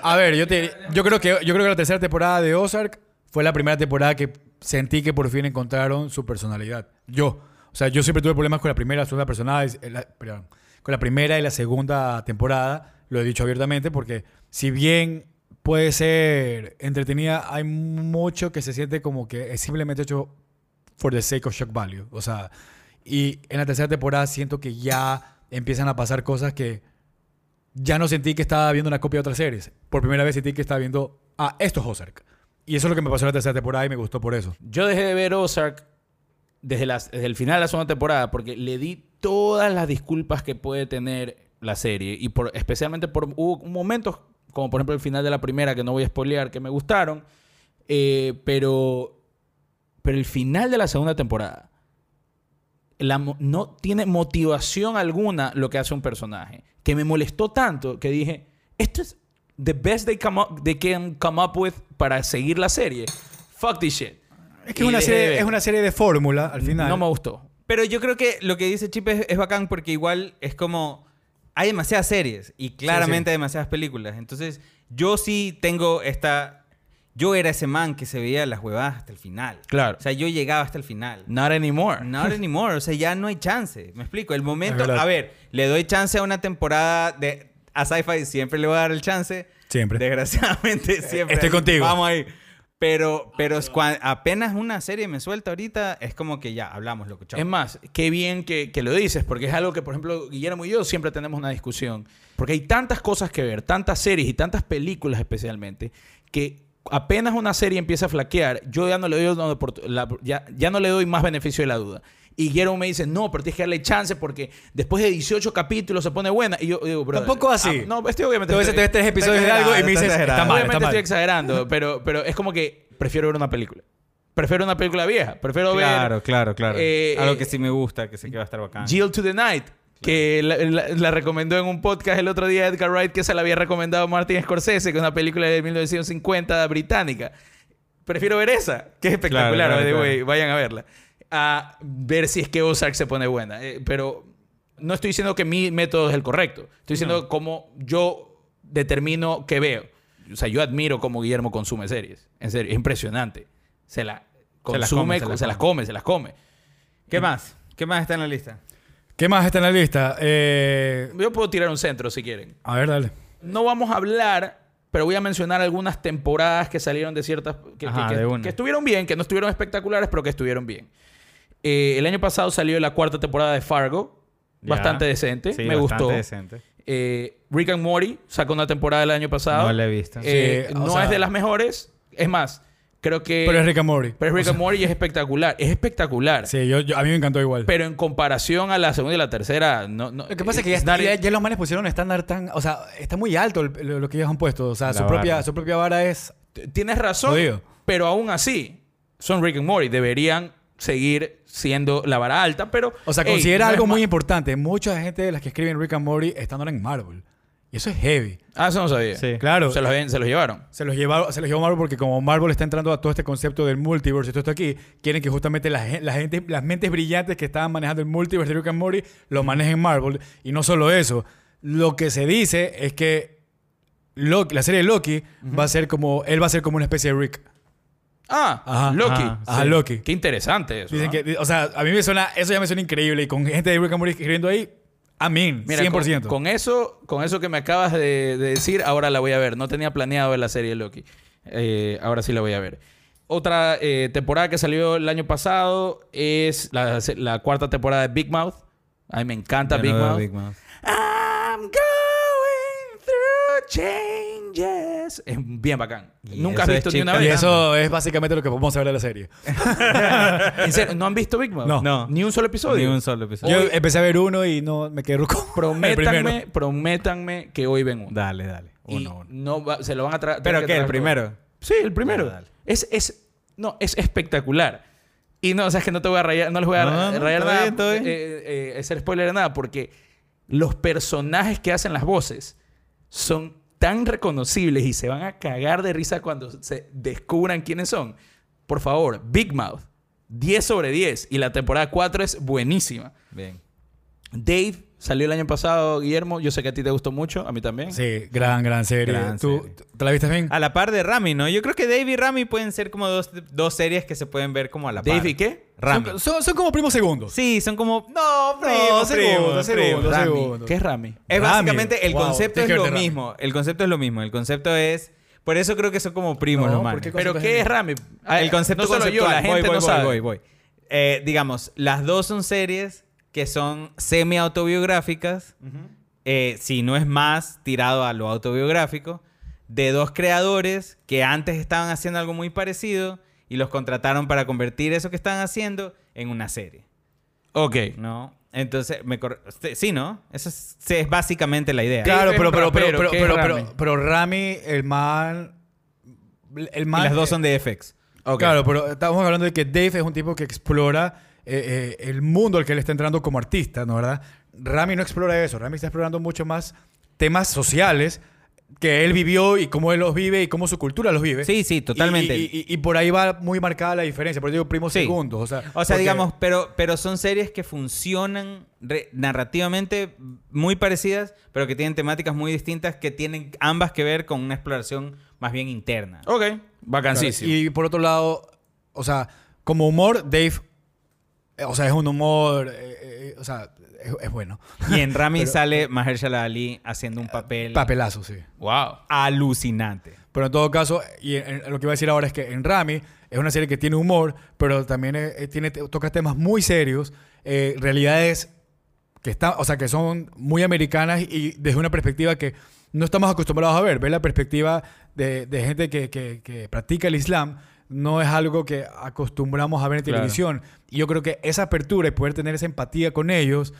Speaker 3: A ver, yo, te, yo, creo que, yo creo que la tercera temporada de Ozark fue la primera temporada que sentí que por fin encontraron su personalidad. Yo. O sea, yo siempre tuve problemas con la primera, segunda personada, y- eh, la- perdón, con la primera y la segunda temporada. Lo he dicho abiertamente porque si bien puede ser entretenida, hay mucho que se siente como que es simplemente hecho for the sake of shock value. O sea, y en la tercera temporada siento que ya empiezan a pasar cosas que ya no sentí que estaba viendo una copia de otras series. Por primera vez sentí que estaba viendo, ah, esto es Ozark. Y eso es lo que me pasó en la tercera temporada y me gustó por eso.
Speaker 2: Yo dejé de ver Ozark desde, las- desde el final de la segunda temporada porque le di todas las disculpas que puede tener la serie y por, especialmente por hubo momentos como por ejemplo el final de la primera que no voy a spoilear que me gustaron eh, pero pero el final de la segunda temporada la mo- no tiene motivación alguna lo que hace un personaje que me molestó tanto que dije esto es the best they come up- they can come up with para seguir la serie fuck this shit
Speaker 3: Es que
Speaker 2: Y
Speaker 3: es una,
Speaker 2: dejé de
Speaker 3: serie,
Speaker 2: ver.
Speaker 3: es una serie de fórmula al final.
Speaker 2: no me gustó
Speaker 4: Pero yo creo que lo que dice Chip es, es bacán porque igual es como hay demasiadas series y claramente demasiadas películas. Entonces, yo sí tengo esta yo era ese man que se veía las huevadas hasta el final.
Speaker 2: Claro.
Speaker 4: O sea, yo llegaba hasta el final.
Speaker 2: Not anymore.
Speaker 4: Not anymore. O sea, ya no hay chance. Me explico. El momento.
Speaker 3: Es verdad.
Speaker 4: A ver, le doy chance a una temporada de. A Sci-Fi siempre le voy a dar el chance.
Speaker 3: Siempre.
Speaker 4: Desgraciadamente, siempre.
Speaker 3: estoy contigo.
Speaker 4: Vamos ahí. Pero, pero es cuan- apenas una serie me suelta ahorita, es como que ya hablamos, loco. Chao.
Speaker 2: Es más, qué bien que, que lo dices, porque es algo que, por ejemplo, Guillermo y yo siempre tenemos una discusión. Porque hay tantas cosas que ver, tantas series y tantas películas especialmente, que apenas una serie empieza a flaquear, yo ya no le doy, una oportu- la- ya, ya no le doy más beneficio de la duda. Y Guillermo me dice, no, pero tienes que darle chance porque después de 18 capítulos se pone buena. Y yo digo, bro.
Speaker 3: Tampoco así.
Speaker 2: no, estoy obviamente.
Speaker 3: Tú a
Speaker 2: estoy-
Speaker 3: veces te ves tres episodios de
Speaker 4: exagerado,
Speaker 3: algo y me
Speaker 4: está
Speaker 3: dices,
Speaker 4: exagerado.
Speaker 3: está mal,
Speaker 2: Obviamente
Speaker 3: está mal.
Speaker 2: estoy exagerando, pero, pero es como que prefiero ver una película. Prefiero una película vieja. Prefiero ver
Speaker 4: Claro, claro, claro.
Speaker 2: Eh,
Speaker 4: Algo
Speaker 2: eh,
Speaker 4: que sí me gusta, que sé que va a estar bacán.
Speaker 2: Jill to the Night, que la, la- la recomendó en un podcast el otro día Edgar Wright, que se la había recomendado Martin Scorsese, que es una película de 1950 británica. Prefiero ver esa, que es espectacular,
Speaker 4: Claro, claro,
Speaker 2: by the
Speaker 4: claro.
Speaker 2: way, vayan a verla. A ver si es que Ozark se pone buena. Eh, pero no estoy diciendo que mi método es el correcto. Estoy diciendo cómo yo determino qué veo. O sea, yo admiro cómo Guillermo consume series. En serio, es impresionante. Se la,
Speaker 4: Se las
Speaker 2: consume,
Speaker 4: come, se las
Speaker 2: se las come, se las come.
Speaker 4: ¿Qué más? ¿Qué más está en la lista?
Speaker 3: ¿Qué más está en la lista? Eh,
Speaker 2: Yo puedo tirar un centro si quieren.
Speaker 3: a ver, dale.
Speaker 2: No vamos a hablar, pero voy a mencionar algunas temporadas que salieron de ciertas. que, que-
Speaker 4: Ajá,
Speaker 2: que-
Speaker 4: de una.
Speaker 2: que estuvieron bien, que no estuvieron espectaculares, pero que estuvieron bien. Eh, el año pasado salió la cuarta temporada de Fargo.
Speaker 4: Ya.
Speaker 2: Bastante decente.
Speaker 4: Sí,
Speaker 2: me
Speaker 4: bastante
Speaker 2: gustó.
Speaker 4: decente.
Speaker 2: Eh, Rick and Morty sacó una temporada el año pasado.
Speaker 4: No la he visto.
Speaker 2: Eh,
Speaker 3: Sí, o
Speaker 2: no
Speaker 3: sea-
Speaker 2: es de las mejores. Es más, creo que.
Speaker 3: Pero es Rick and Morty.
Speaker 2: pero es Rick and Morty y es espectacular. Es espectacular.
Speaker 3: Sí, yo, yo- a mí me encantó igual.
Speaker 2: Pero en comparación a la segunda y la tercera, no. no-
Speaker 3: Lo que pasa es que
Speaker 2: it's
Speaker 3: ya,
Speaker 2: not-
Speaker 3: ya- ya los manes pusieron un estándar tan... O sea, está muy alto el- lo, lo que ellos han puesto. O sea,
Speaker 4: La
Speaker 3: su propia,
Speaker 4: barra.
Speaker 3: su propia vara es...
Speaker 2: Tienes razón,
Speaker 3: Jodido.
Speaker 2: pero aún así, son Rick and Morty. Deberían seguir siendo la vara alta, pero.
Speaker 3: O sea,
Speaker 2: ey,
Speaker 3: considera
Speaker 2: no es
Speaker 3: algo
Speaker 2: ma-
Speaker 3: muy importante. Mucha gente de las que escriben Rick and Morty están ahora en Marvel. Y eso es heavy.
Speaker 2: Ah, eso no sabía.
Speaker 4: Sí.
Speaker 3: Claro.
Speaker 2: Se los, ven- se los llevaron.
Speaker 3: Se los, llevaron, se los llevó Marvel porque como Marvel está entrando a todo este concepto del multiverso y todo esto aquí, quieren que justamente la, gen- la gente, las mentes brillantes que estaban manejando el multiverso de Rick and Morty lo manejen Marvel. Y no solo eso, lo que se dice es que Loki- la serie de Loki va a ser como, él va a ser como una especie de Rick.
Speaker 2: Ah,
Speaker 3: Ajá,
Speaker 2: Loki.
Speaker 4: ajá,
Speaker 3: Ajá, Loki.
Speaker 2: Qué interesante eso.
Speaker 3: Dicen
Speaker 2: ¿no?
Speaker 3: que, o sea, a mí me suena, eso ya me suena increíble y con gente de Rick and Morty escribiendo ahí, amén,
Speaker 2: Mira,
Speaker 3: 100%.
Speaker 2: Con, con eso, con eso que me acabas de, de decir, ahora la voy a ver. No tenía planeado ver la serie Loki. Eh, ahora sí la voy a ver. Otra eh, temporada que salió el año pasado es la, la cuarta temporada de Big Mouth. A mí me encanta
Speaker 4: Yo
Speaker 2: Big
Speaker 4: no veo
Speaker 2: Mouth.
Speaker 4: Big Mouth.
Speaker 2: I'm going through changes. Es bien bacán.
Speaker 4: Y
Speaker 2: Nunca has
Speaker 4: eso es
Speaker 2: visto ni una
Speaker 4: chica-
Speaker 3: y
Speaker 2: vez.
Speaker 3: eso es básicamente lo que podemos saber de la serie.
Speaker 2: ¿En serio? ¿No han visto Big Mouth?
Speaker 3: No.
Speaker 4: No.
Speaker 2: Ni un solo episodio.
Speaker 4: Ni un solo episodio.
Speaker 3: Yo empecé a ver uno y no me quedé ruco. El primero.
Speaker 2: Prométanme, prométanme que hoy ven uno.
Speaker 4: Dale, dale.
Speaker 2: Y
Speaker 4: Uno, uno.
Speaker 2: No va- se lo van a traer.
Speaker 4: ¿Pero qué? ¿El primero?
Speaker 2: Sí, el primero.
Speaker 4: Dale, dale.
Speaker 2: Es, es, no, es espectacular. Y no, o sea, es que no te voy a rayar, no les voy a
Speaker 4: No, no, no,
Speaker 2: rayar
Speaker 4: está
Speaker 2: nada,
Speaker 4: bien, está bien.
Speaker 2: eh, eh, hacer spoiler de nada, porque los personajes que hacen las voces son tan reconocibles y se van a cagar de risa cuando se descubran quiénes son. Por favor, Big Mouth, 10 sobre 10, y la temporada 4 es buenísima.
Speaker 4: Bien.
Speaker 2: Dave salió el año pasado, Guillermo, yo sé que a ti te gustó mucho, a mí también.
Speaker 3: Sí, gran, gran serie.
Speaker 4: Gran
Speaker 3: ¿Tú,
Speaker 4: serie.
Speaker 3: ¿Te la viste bien?
Speaker 4: A la par de Rami, ¿no? Yo creo que Dave y Rami pueden ser como dos, dos series que se pueden ver como a la par.
Speaker 2: Dave y qué?
Speaker 4: Rami.
Speaker 3: Son, son- son como primos segundos.
Speaker 4: Sí, son como... No,
Speaker 3: No, segundo, segundo,
Speaker 4: Rami.
Speaker 3: segundo.
Speaker 2: ¿Qué es Rami?
Speaker 4: Es
Speaker 3: Rami.
Speaker 4: básicamente el
Speaker 3: Wow,
Speaker 4: concepto
Speaker 3: tienes
Speaker 4: es
Speaker 3: que
Speaker 4: lo
Speaker 3: verte Rami.
Speaker 4: mismo. El concepto es lo mismo. El concepto es... Por eso creo que son como primos
Speaker 3: No,
Speaker 4: los manes.
Speaker 3: porque con-
Speaker 2: ¿Pero
Speaker 3: concepto
Speaker 2: qué es
Speaker 3: general.
Speaker 2: Rami? Ah,
Speaker 4: el concepto
Speaker 2: no solo yo, la
Speaker 4: conceptual. Voy,
Speaker 2: gente
Speaker 4: voy,
Speaker 2: no
Speaker 4: voy,
Speaker 2: sabe.
Speaker 4: voy, voy. Eh, digamos, las dos son series que son semi-autobiográficas, eh, si no es más tirado a lo autobiográfico, de dos creadores que antes estaban haciendo algo muy parecido y los contrataron para convertir eso que estaban haciendo en una serie,
Speaker 2: Ok.
Speaker 4: ¿no? Entonces, me cor- sí, ¿no? Eso es, sí, es básicamente la idea.
Speaker 3: Claro,
Speaker 2: Dave
Speaker 3: pero,
Speaker 2: es
Speaker 3: pero, pero,
Speaker 2: rapero,
Speaker 3: pero,
Speaker 2: ¿qué es
Speaker 3: pero,
Speaker 2: Rami?
Speaker 3: pero, pero Rami, el man. El
Speaker 4: Y
Speaker 3: man.
Speaker 4: las dos son de FX.
Speaker 2: Ok.
Speaker 3: Claro, pero estamos hablando de que Dave es un tipo que explora eh, eh, el mundo al que él está entrando como artista, ¿no verdad? Rami no explora eso. Rami está explorando mucho más temas sociales que él vivió y cómo él los vive y cómo su cultura los vive.
Speaker 2: pues.
Speaker 4: Sí, sí, totalmente.
Speaker 3: Y, y- y- y por ahí va muy marcada la diferencia. Por eso digo primos
Speaker 4: Sí.
Speaker 3: segundos. O sea,
Speaker 4: O sea,
Speaker 3: porque-
Speaker 4: digamos, pero, pero son series que funcionan re- narrativamente muy parecidas, pero que tienen temáticas muy distintas que tienen ambas que ver con una exploración más bien interna.
Speaker 2: Ok.
Speaker 3: Claro,
Speaker 2: Vacancísimo.
Speaker 3: Y por otro lado, o sea, como humor, Dave, eh, o sea, es un humor, eh, eh, o sea, es, es bueno.
Speaker 4: Y en Rami sale Mahershala Ali haciendo
Speaker 3: Eh,
Speaker 4: un papel
Speaker 3: Papelazo, sí.
Speaker 2: Wow.
Speaker 4: alucinante.
Speaker 3: Pero en todo caso, y en- en lo que iba a decir ahora es que en Rami es una serie que tiene humor, pero también eh, eh, tiene, te- toca temas muy serios, eh, realidades que están, o sea, que son muy americanas y desde una perspectiva que no estamos acostumbrados a ver. Ver la perspectiva de, de gente que, que- que practica el Islam no es algo que acostumbramos a ver en
Speaker 2: Claro.
Speaker 3: televisión. Y yo creo que esa apertura y poder tener esa empatía con ellos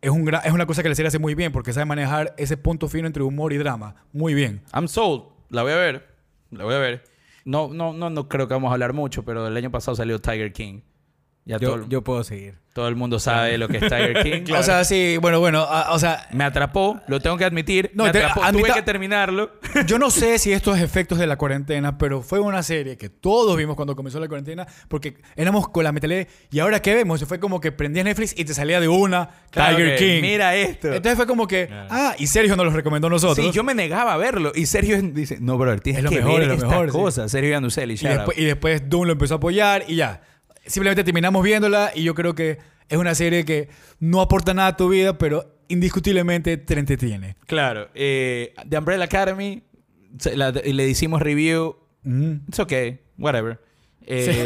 Speaker 3: es, un gra- es una cosa que la serie hace muy bien, porque sabe manejar ese punto fino entre humor y drama. Muy bien.
Speaker 2: I'm sold. La voy a ver. La voy a ver. No, no, no, no creo que vamos a hablar mucho, pero el año pasado salió Tiger King. Ya todo,
Speaker 4: Yo,
Speaker 2: el-
Speaker 4: yo puedo seguir.
Speaker 2: todo el mundo sabe lo que es Tiger King.
Speaker 3: O sea, sí, bueno, bueno, a- o sea,
Speaker 2: me atrapó, lo tengo que admitir.
Speaker 3: No,
Speaker 2: me
Speaker 3: te-
Speaker 2: atrapó. Tuve
Speaker 3: admita-
Speaker 2: que terminarlo.
Speaker 3: yo no sé si estos efectos de la cuarentena, pero fue una serie que todos vimos cuando comenzó la cuarentena, porque éramos con la metalé y ahora qué vemos, fue como que prendías Netflix y te salía de una
Speaker 2: Claro
Speaker 3: Tiger
Speaker 4: Eh,
Speaker 2: que,
Speaker 3: King.
Speaker 2: Mira esto.
Speaker 3: Entonces fue como que, ah, y Sergio nos los recomendó a nosotros.
Speaker 2: Sí, yo me negaba a verlo. Y Sergio dice, no, brother, tienes
Speaker 3: Es lo
Speaker 2: que
Speaker 3: mejor,
Speaker 2: ver
Speaker 3: es lo
Speaker 2: esta
Speaker 3: mejor, sí.
Speaker 2: cosa. Sergio Anduceli,
Speaker 3: y, despu- y después Doom lo empezó a apoyar y ya. simplemente terminamos viéndola y yo creo que es una serie que no aporta nada a tu vida, pero indiscutiblemente te entretiene.
Speaker 2: Claro. eh, The Umbrella Academy, se- la- le hicimos review.
Speaker 3: Mm.
Speaker 2: It's okay, whatever. Eh,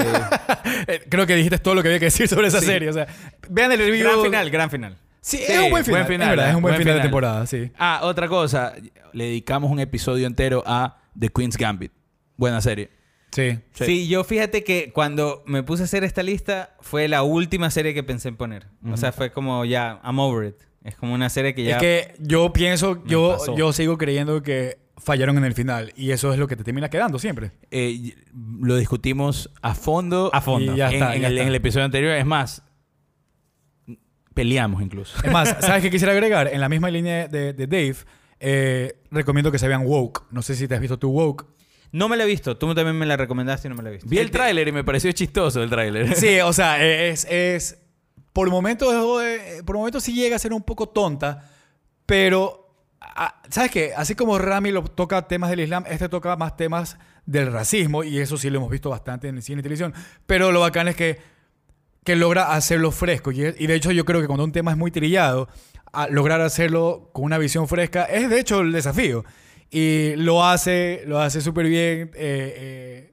Speaker 3: Eh, Creo que dijiste todo lo que había que decir sobre esa
Speaker 2: Sí.
Speaker 3: serie. O sea, vean el review.
Speaker 4: Gran final, gran final.
Speaker 3: Sí,
Speaker 2: Sí,
Speaker 3: es un buen final.
Speaker 2: buen final,
Speaker 3: es, verdad,
Speaker 2: ¿eh?
Speaker 3: es un buen,
Speaker 2: Buen
Speaker 3: final, de
Speaker 2: final.
Speaker 3: temporada, sí.
Speaker 2: ah, otra cosa. Le dedicamos un episodio entero a The Queen's Gambit. Buena serie.
Speaker 3: Sí.
Speaker 2: Sí.
Speaker 4: Sí. yo fíjate que cuando me puse a hacer esta lista fue la última serie que pensé en poner. O sea, fue como ya, I'm over it. Es como una serie que ya...
Speaker 3: Es que yo pienso, yo,
Speaker 4: pasó.
Speaker 3: yo sigo creyendo que fallaron en el final y eso es lo que te termina quedando siempre.
Speaker 2: Eh, y- lo discutimos a fondo.
Speaker 4: A fondo.
Speaker 3: Y ya
Speaker 2: en,
Speaker 3: está,
Speaker 2: en
Speaker 3: ya
Speaker 2: el,
Speaker 3: está.
Speaker 2: en el episodio anterior. Es más, peleamos incluso.
Speaker 3: Es más, ¿sabes qué quisiera agregar? En la misma línea de, de Dave, eh, recomiendo que se vean Woke. No sé si te has visto tú Woke.
Speaker 4: No me la he visto. Tú también me la recomendaste y no me la he visto.
Speaker 2: Vi el tráiler y me pareció chistoso el tráiler.
Speaker 3: Sí, o sea, e-, es... es por momentos eh, por momentos sí llega a ser un poco tonta, pero... ah, ¿Sabes qué? Así como Rami lo toca temas del Islam, este toca más temas del racismo y eso sí lo hemos visto bastante en el cine y televisión. Pero lo bacán es que que logra hacerlo fresco. Y, y de hecho yo creo que cuando un tema es muy trillado, a lograr hacerlo con una visión fresca es de hecho el desafío. Y lo hace, lo hace súper bien. eh, eh,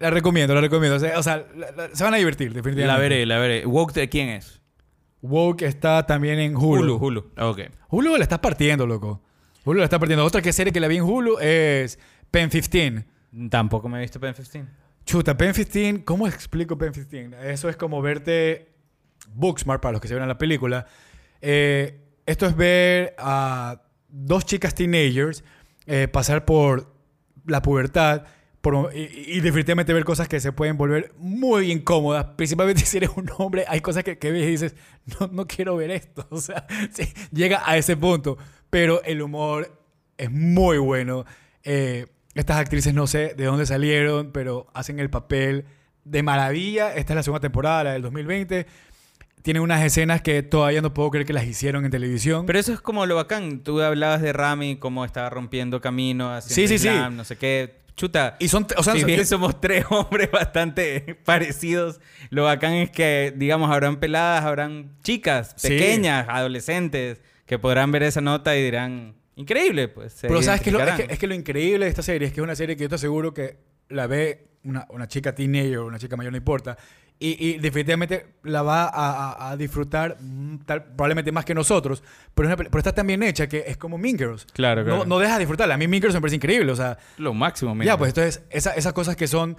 Speaker 3: la recomiendo, la recomiendo. O sea, o sea, la- la- se van a divertir, definitivamente.
Speaker 2: La veré, la veré. ¿Woke de quién es?
Speaker 3: Woke está también en Hulu.
Speaker 4: Hulu,
Speaker 3: Hulu,
Speaker 4: Hulu.
Speaker 2: Ok.
Speaker 3: la estás partiendo, loco. Hulu la está partiendo. Otra que serie que la vi en Hulu es Pen 15.
Speaker 4: Tampoco me he visto Pen 15.
Speaker 3: Chuta, Pen 15, ¿cómo explico Pen 15? Eso es como verte Booksmart, para los que se vieron la película. Eh, esto es ver a dos chicas teenagers eh, pasar por la pubertad por- y, y- y definitivamente ver cosas que se pueden volver muy incómodas. Principalmente si eres un hombre, hay cosas que, que ves y dices, no, no quiero ver esto. O sea, sí, llega a ese punto. Pero el humor es muy bueno. Eh, estas actrices no sé de dónde salieron, pero hacen el papel de maravilla. Esta es la segunda temporada, la del 2020. Tienen unas escenas que todavía no puedo creer que las hicieron en televisión.
Speaker 4: Pero eso es como lo bacán. Tú hablabas de Rami, cómo estaba rompiendo camino, haciendo
Speaker 3: Sí, sí, sí.
Speaker 4: Islam, no sé qué. Chuta.
Speaker 3: y son, o sea,
Speaker 4: si
Speaker 3: son-
Speaker 4: bien somos tres hombres bastante parecidos, lo bacán es que, digamos, habrán peladas, habrán chicas
Speaker 3: Sí.
Speaker 4: pequeñas, adolescentes, que podrán ver esa nota y dirán, increíble, pues. se
Speaker 3: Pero sabes que lo, es, que,
Speaker 4: identificarán.
Speaker 3: es que lo increíble de esta serie es que es una serie que yo te aseguro que la ve una, una chica teenager, una chica mayor, no importa. Y, y definitivamente la va a, a- a disfrutar mm, tal- probablemente más que nosotros. Pero, es una pel- pero está tan bien hecha que es como Mean Girls.
Speaker 4: Claro, claro.
Speaker 3: No, no deja de disfrutarla. A mí Mean Girls me parece increíble. O sea,
Speaker 2: Lo máximo, mira.
Speaker 3: ya, pues entonces esa- esas cosas que son...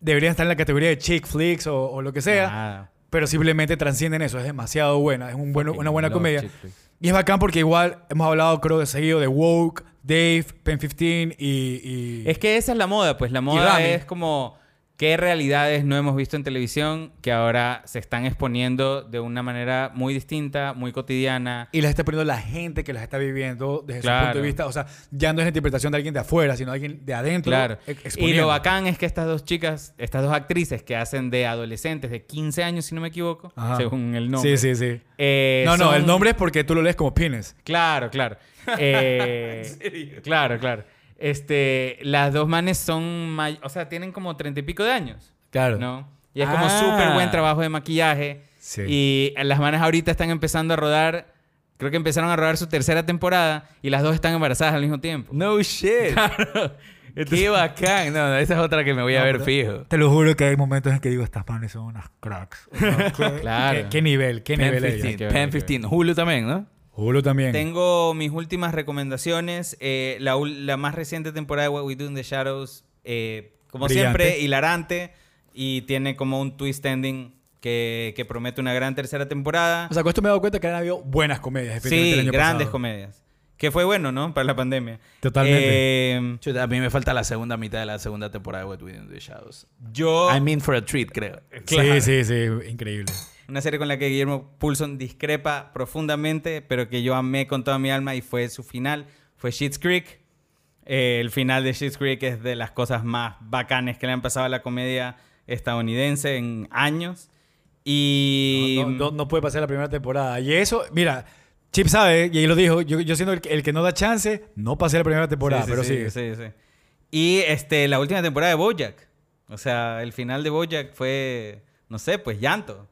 Speaker 3: Deberían estar en la categoría de chick flicks o, o lo que pues, sea.
Speaker 4: Nada.
Speaker 3: Pero simplemente transcienden eso. Es demasiado buena. Es un bueno, una buena
Speaker 4: Love
Speaker 3: comedia.
Speaker 4: chick flicks.
Speaker 3: Y es bacán porque igual hemos hablado, creo, de seguido de Woke, Dave, Pen 15 y. y-
Speaker 4: Es que esa es la moda, pues la moda
Speaker 3: Rami.
Speaker 4: es como qué realidades no hemos visto en televisión que ahora se están exponiendo de una manera muy distinta, muy cotidiana.
Speaker 3: y las está poniendo la gente que las está viviendo desde su
Speaker 4: Claro.
Speaker 3: punto de vista. O sea, ya no es la interpretación de alguien de afuera, sino de alguien de adentro.
Speaker 4: Claro.
Speaker 3: e-
Speaker 4: Y
Speaker 3: exponiendo.
Speaker 4: lo bacán es que estas dos chicas, estas dos actrices que hacen de adolescentes de 15 años, si no me equivoco,
Speaker 3: Ajá.
Speaker 4: según el nombre.
Speaker 3: Sí, sí, sí.
Speaker 4: eh,
Speaker 3: no, no,
Speaker 4: son-
Speaker 3: el nombre es porque tú lo lees como pines.
Speaker 4: Claro, claro. Eh, Claro, claro. Este, las dos manes son, may- o sea, tienen como treinta y pico de años.
Speaker 3: Claro.
Speaker 4: ¿no? Y es como
Speaker 2: Ah.
Speaker 4: súper buen trabajo de maquillaje.
Speaker 3: Sí.
Speaker 4: Y las manes ahorita están empezando a rodar. Creo que empezaron a rodar su tercera temporada y las dos están embarazadas al mismo tiempo.
Speaker 2: No shit. Qué bacán. No, no, esa es otra que me voy a
Speaker 3: No,
Speaker 2: ver
Speaker 3: pero-
Speaker 2: fijo.
Speaker 3: Te lo juro que hay momentos en que digo, estas manes son unas cracks. O sea, ¿qué,
Speaker 4: Claro.
Speaker 3: qué- qué nivel, qué
Speaker 2: Pen
Speaker 3: nivel ella.
Speaker 2: 15.
Speaker 4: que ver, hay
Speaker 2: Pen
Speaker 4: que ver.
Speaker 2: 15. Julio también, ¿no?
Speaker 3: Juro también.
Speaker 4: Tengo mis últimas recomendaciones. Eh, la, ul- la más reciente temporada de What We Do in the Shadows, eh, como
Speaker 3: Brillante.
Speaker 4: siempre, hilarante. Y tiene como un twist ending que, que promete una gran tercera temporada.
Speaker 3: O sea, con esto me he dado cuenta que han habido buenas comedias. definitivamente, el
Speaker 4: sí,
Speaker 3: año
Speaker 4: grandes
Speaker 3: pasado.
Speaker 4: comedias. Que fue bueno, ¿no? Para la pandemia.
Speaker 3: Totalmente.
Speaker 4: Eh,
Speaker 2: Chuta, a mí me falta la segunda mitad de la segunda temporada de What We Do in the Shadows.
Speaker 4: yo...
Speaker 2: I'm in for a treat, creo.
Speaker 4: Claro.
Speaker 3: Sí, sí, sí, increíble.
Speaker 4: Una serie con la que Guillermo Poulson discrepa profundamente, pero que yo amé con toda mi alma y fue su final. Fue Schitt's Creek. Eh, el final de Schitt's Creek es de las cosas más bacanes que le han pasado a la comedia estadounidense en años. Y...
Speaker 3: No, no- no puede pasar la primera temporada. Y eso, mira, Chip sabe, y ahí lo dijo, yo, yo siendo el, que- el que no da chance, no pasé la primera temporada, pero sí.
Speaker 4: sí, sí. Y este, la última temporada de Bojack. O sea, el final de Bojack fue no sé, pues llanto.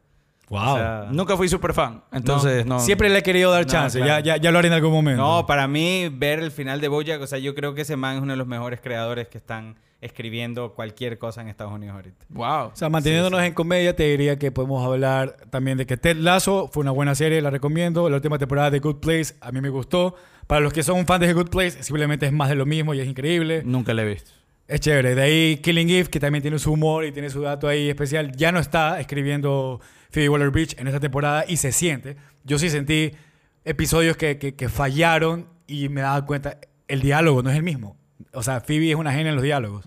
Speaker 3: Wow.
Speaker 4: O sea,
Speaker 2: Nunca fui super fan. Entonces, no.
Speaker 3: Siempre le he querido dar
Speaker 4: No,
Speaker 3: chance.
Speaker 4: claro.
Speaker 3: Ya, ya, ya lo haré en algún momento.
Speaker 4: No, para mí ver el final de Bojack, o sea, yo creo que ese man es uno de los mejores creadores que están escribiendo cualquier cosa en Estados Unidos ahorita.
Speaker 2: Wow.
Speaker 3: O sea, manteniéndonos en comedia, te diría que podemos hablar también de que Ted Lasso fue una buena serie, la recomiendo. La última temporada de Good Place a mí me gustó. Para los que son fans de The Good Place, simplemente es más de lo mismo y es increíble.
Speaker 2: Nunca le he visto.
Speaker 3: Es chévere. De ahí Killing Eve, que también tiene su humor y tiene su dato ahí especial, ya no está escribiendo Phoebe Waller Bridge en esta temporada y se siente. Yo sí sentí episodios que, que- que fallaron y me daba cuenta, el diálogo no es el mismo. O sea, Phoebe es una genia en los diálogos.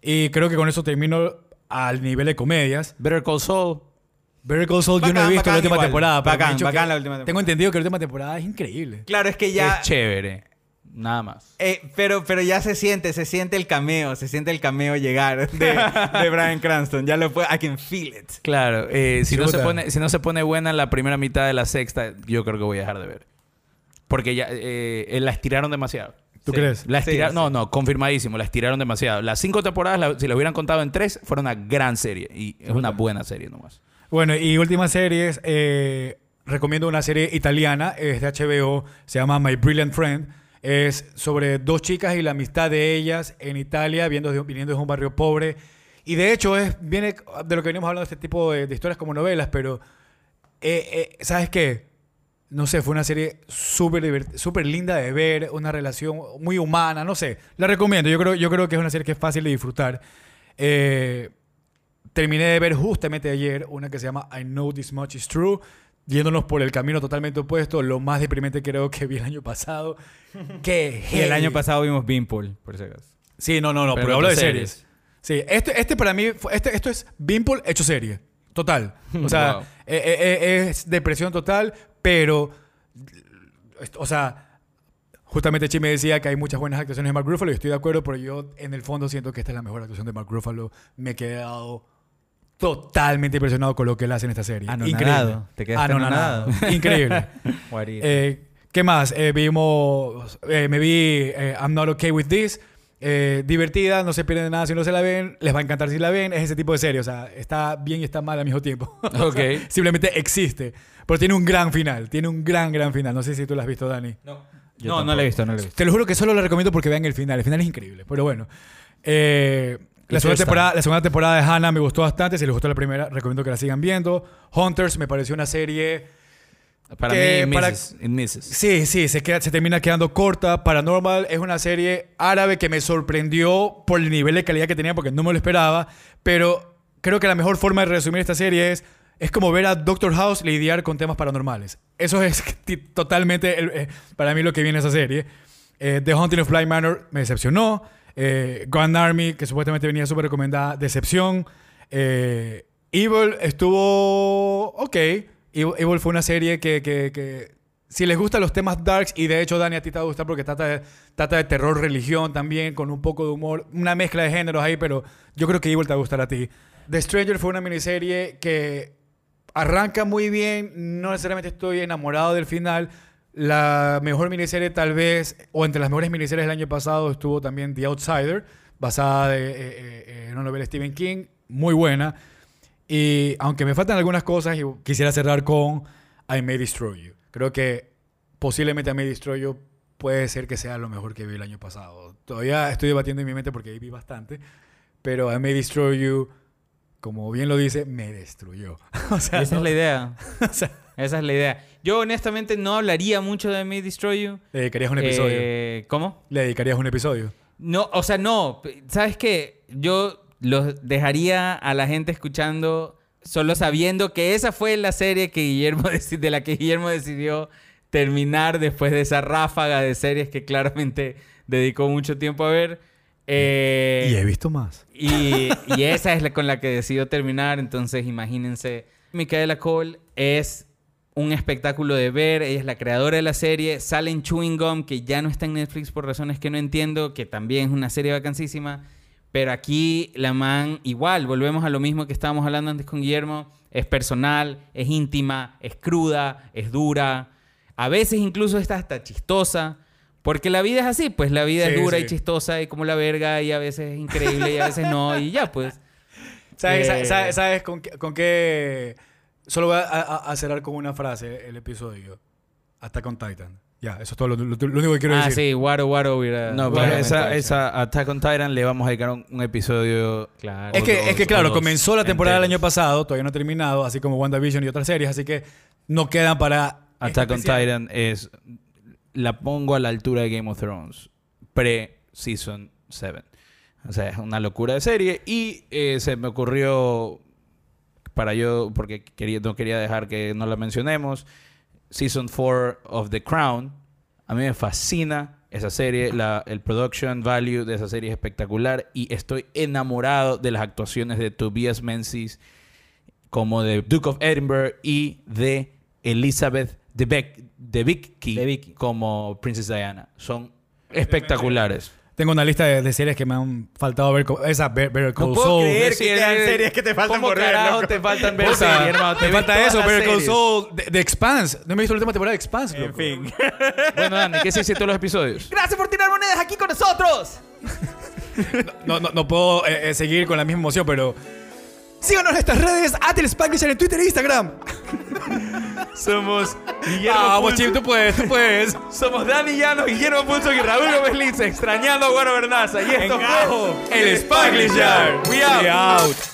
Speaker 3: Y creo que con eso termino al nivel de comedias.
Speaker 2: Better Call Saul.
Speaker 3: Better Call Saul yo no
Speaker 4: Bacán,
Speaker 3: he visto
Speaker 4: bacán
Speaker 3: la última
Speaker 4: igual.
Speaker 3: temporada. pero me
Speaker 4: Bacán,
Speaker 3: han dicho
Speaker 4: bacán
Speaker 3: que-
Speaker 4: la última temporada.
Speaker 3: Tengo entendido que la última temporada es increíble.
Speaker 4: Claro, es que ya...
Speaker 2: Es chévere. Nada más.
Speaker 4: eh, pero, pero ya se siente, se siente el cameo, se siente el cameo llegar de, de Brian Cranston. Ya lo puedo, I can feel it.
Speaker 2: Claro, eh, si, no se
Speaker 3: Chuta.
Speaker 2: pone, si no se pone buena la primera mitad de la sexta, yo creo que voy a dejar de ver. Porque ya eh, eh, la estiraron demasiado.
Speaker 3: ¿Tú
Speaker 4: Sí.
Speaker 3: crees?
Speaker 2: La
Speaker 4: Sí,
Speaker 2: estira-
Speaker 4: sí.
Speaker 2: No, no, confirmadísimo, la estiraron demasiado. Las cinco temporadas, la- si las hubieran contado en tres, fuera una gran serie. Y es una buena serie nomás.
Speaker 3: Bueno, y últimas series. eh, recomiendo una serie italiana, es de HBO, se llama My Brilliant Friend. Es sobre dos chicas y la amistad de ellas en Italia, viendo de- viniendo de un barrio pobre. Y de hecho, es, viene de lo que venimos hablando de este tipo de, de historias como novelas, pero eh, eh, ¿sabes qué? No sé, fue una serie súper divert- súper linda de ver, una relación muy humana, no sé. La recomiendo, yo creo, yo creo que es una serie que es fácil de disfrutar. Eh, terminé de ver justamente ayer una que se llama I Know This Much Is True, yéndonos por el camino totalmente opuesto, lo más deprimente creo que vi el año pasado. que
Speaker 4: Y el año pasado vimos Beanpool, por si acaso.
Speaker 3: Sí, no, no, no,
Speaker 2: Pero
Speaker 3: pero,
Speaker 2: no
Speaker 3: hablo
Speaker 2: te
Speaker 3: de
Speaker 2: series.
Speaker 3: series. Sí, este, este para mí, fue- este, esto es Bimple hecho serie, total. O sea,
Speaker 2: Wow.
Speaker 3: eh, eh, eh, es depresión total, pero, o sea, justamente Chi me decía que hay muchas buenas actuaciones de Mark Ruffalo y estoy de acuerdo, pero yo en el fondo siento que esta es la mejor actuación de Mark Ruffalo. Me he quedado totalmente impresionado con lo que él hace en esta serie.
Speaker 4: Anonadado.
Speaker 3: Increíble.
Speaker 4: Te quedaste anonadado.
Speaker 3: Increíble. Eh, ¿Qué más? Eh, vimos, eh, me vi eh, I'm Not Okay With This. eh, divertida, no se pierden nada si no se la ven. Les va a encantar si la ven. Es ese tipo de serie. O sea, está bien y está mal al mismo tiempo. O sea,
Speaker 2: Ok.
Speaker 3: simplemente existe. Pero tiene un gran final. Tiene un gran, gran final. No sé si tú lo has visto, Dani.
Speaker 4: no,
Speaker 2: Yo
Speaker 4: no,
Speaker 2: tampoco.
Speaker 4: lo he visto, no lo he visto.
Speaker 3: Te lo juro que solo lo recomiendo porque vean el final. El final es increíble. Pero bueno. Eh, la,
Speaker 2: Y
Speaker 3: segunda
Speaker 2: First
Speaker 3: temporada, la segunda temporada de Hannah me gustó bastante. Si les gustó la primera, recomiendo que la sigan viendo. Hunters me pareció una serie...
Speaker 2: Para
Speaker 3: Que
Speaker 2: mí,
Speaker 3: para-
Speaker 2: Misses. in Misses.
Speaker 3: Sí, sí, se, queda, se termina quedando corta. Paranormal es una serie árabe que me sorprendió por el nivel de calidad que tenía porque no me lo esperaba. Pero creo que la mejor forma de resumir esta serie es, es como ver a Doctor House lidiar con temas paranormales. Eso es ti- totalmente el- eh, para mí lo que viene esa serie. Eh, The Haunting of Bly Manor me decepcionó. Eh, Grand Army, que supuestamente venía súper recomendada, decepción. Eh, Evil estuvo. Ok. Evil, Evil fue una serie que, que- que- Si les gustan los temas darks, y de hecho, Dani, a ti te va a gustar porque trata de, trata de terror, religión también, con un poco de humor, una mezcla de géneros ahí, pero yo creo que Evil te va a gustar a ti. The Stranger fue una miniserie que arranca muy bien, no necesariamente estoy enamorado del final. La mejor miniserie tal vez, o entre las mejores miniseries del año pasado, estuvo también The Outsider, basada de, eh, eh, eh, en una novela de Stephen King, muy buena. Y aunque me faltan algunas cosas, y quisiera cerrar con I May Destroy You. Creo que posiblemente I May Destroy You puede ser que sea lo mejor que vi el año pasado. Todavía estoy debatiendo en mi mente porque ahí vi bastante, pero I May Destroy You, como bien lo dice, me destruyó. o sea,
Speaker 4: Esa es la idea.
Speaker 3: o sea,
Speaker 4: Esa es la idea. Yo honestamente no hablaría mucho de Me Destroy You.
Speaker 3: le dedicarías un episodio.
Speaker 4: Eh, ¿Cómo?
Speaker 3: Le dedicarías un episodio.
Speaker 4: No, o sea, no. ¿Sabes qué? Yo los dejaría a la gente escuchando solo sabiendo que esa fue la serie que Guillermo deci- de la que Guillermo decidió terminar después de esa ráfaga de series que claramente dedicó mucho tiempo a ver. Eh,
Speaker 3: y he visto más.
Speaker 4: y, y esa es la con la que decidió terminar. Entonces, imagínense. Micaela Cole es un espectáculo de ver. Ella es la creadora de la serie. Sale en Chewing Gum, que ya no está en Netflix por razones que no entiendo, que también es una serie vacancísima. Pero aquí la man, igual, volvemos a lo mismo que estábamos hablando antes con Guillermo. Es personal, es íntima, es cruda, es dura. A veces incluso está hasta chistosa. Porque la vida es así, pues la vida es
Speaker 3: Sí,
Speaker 4: dura y
Speaker 3: sí.
Speaker 4: chistosa y como la verga y a veces es increíble y a veces no y ya pues.
Speaker 3: ¿Sabes,
Speaker 4: Eh.
Speaker 3: sabes- sabes con, qué, con qué? Solo voy a, a- a cerrar con una frase el episodio. Hasta con Titan. Ya, eso es todo lo, lo- lo único que quiero
Speaker 4: ah,
Speaker 3: decir.
Speaker 4: sí, Waro Waro hubiera.
Speaker 2: No, pero
Speaker 4: hubiera
Speaker 2: esa,
Speaker 4: aumentado,
Speaker 2: esa Attack on Titan le vamos a dedicar un, un episodio.
Speaker 4: Claro.
Speaker 3: Es que,
Speaker 2: O
Speaker 3: es que
Speaker 2: dos, o
Speaker 3: claro,
Speaker 2: dos
Speaker 3: comenzó la temporada del año
Speaker 2: enteros.
Speaker 3: pasado, todavía no ha terminado, así como WandaVision y otras series, así que no quedan para...
Speaker 2: Attack on
Speaker 3: especial.
Speaker 2: Titan es. La pongo a la altura de Game of Thrones. Pre-season 7. O sea, es una locura de serie. Y eh, se me ocurrió. Para yo. Porque quería, no quería dejar que no la mencionemos. Season 4 of The Crown. A mí me fascina esa serie. La, el production value de esa serie es espectacular. Y estoy enamorado de las actuaciones de Tobias Menzies como de Duke of Edinburgh y de Elizabeth de Beck- de Vicky,
Speaker 4: De Vicky.
Speaker 2: como Princess Diana. Son espectaculares.
Speaker 3: Tengo una lista de, de series que me han faltado ver. co- Esa, Be- Better Call Saul.
Speaker 4: creer que quedan series que te faltan
Speaker 2: ¿Cómo
Speaker 4: por ver,
Speaker 2: carajo
Speaker 4: loco?
Speaker 2: te faltan ver
Speaker 3: O sea,
Speaker 2: series, hermano? Te
Speaker 3: me
Speaker 2: vi
Speaker 3: falta
Speaker 2: todas
Speaker 3: eso,
Speaker 2: las
Speaker 3: Better Call
Speaker 2: series.
Speaker 3: Saul, de, de Expanse. No me he visto la última temporada de Expanse,
Speaker 4: En
Speaker 3: loco.
Speaker 4: fin.
Speaker 2: Bueno, Dani, ¿qué se hiciste todos los episodios?
Speaker 4: Gracias por tirar monedas aquí con nosotros.
Speaker 3: No, no, no puedo eh, eh, seguir con la misma emoción, pero... Síganos en nuestras redes, Atlas Publisher en Twitter e Instagram. Ah,
Speaker 2: Somos
Speaker 3: Vamos, Chip, tú puedes, tú puedes.
Speaker 2: Somos Dani Llanos, Guillermo Pulso y Raúl Gómez Lince, extrañando a Guaro Bernaza. Y esto
Speaker 3: El Spanglish Yard. We out.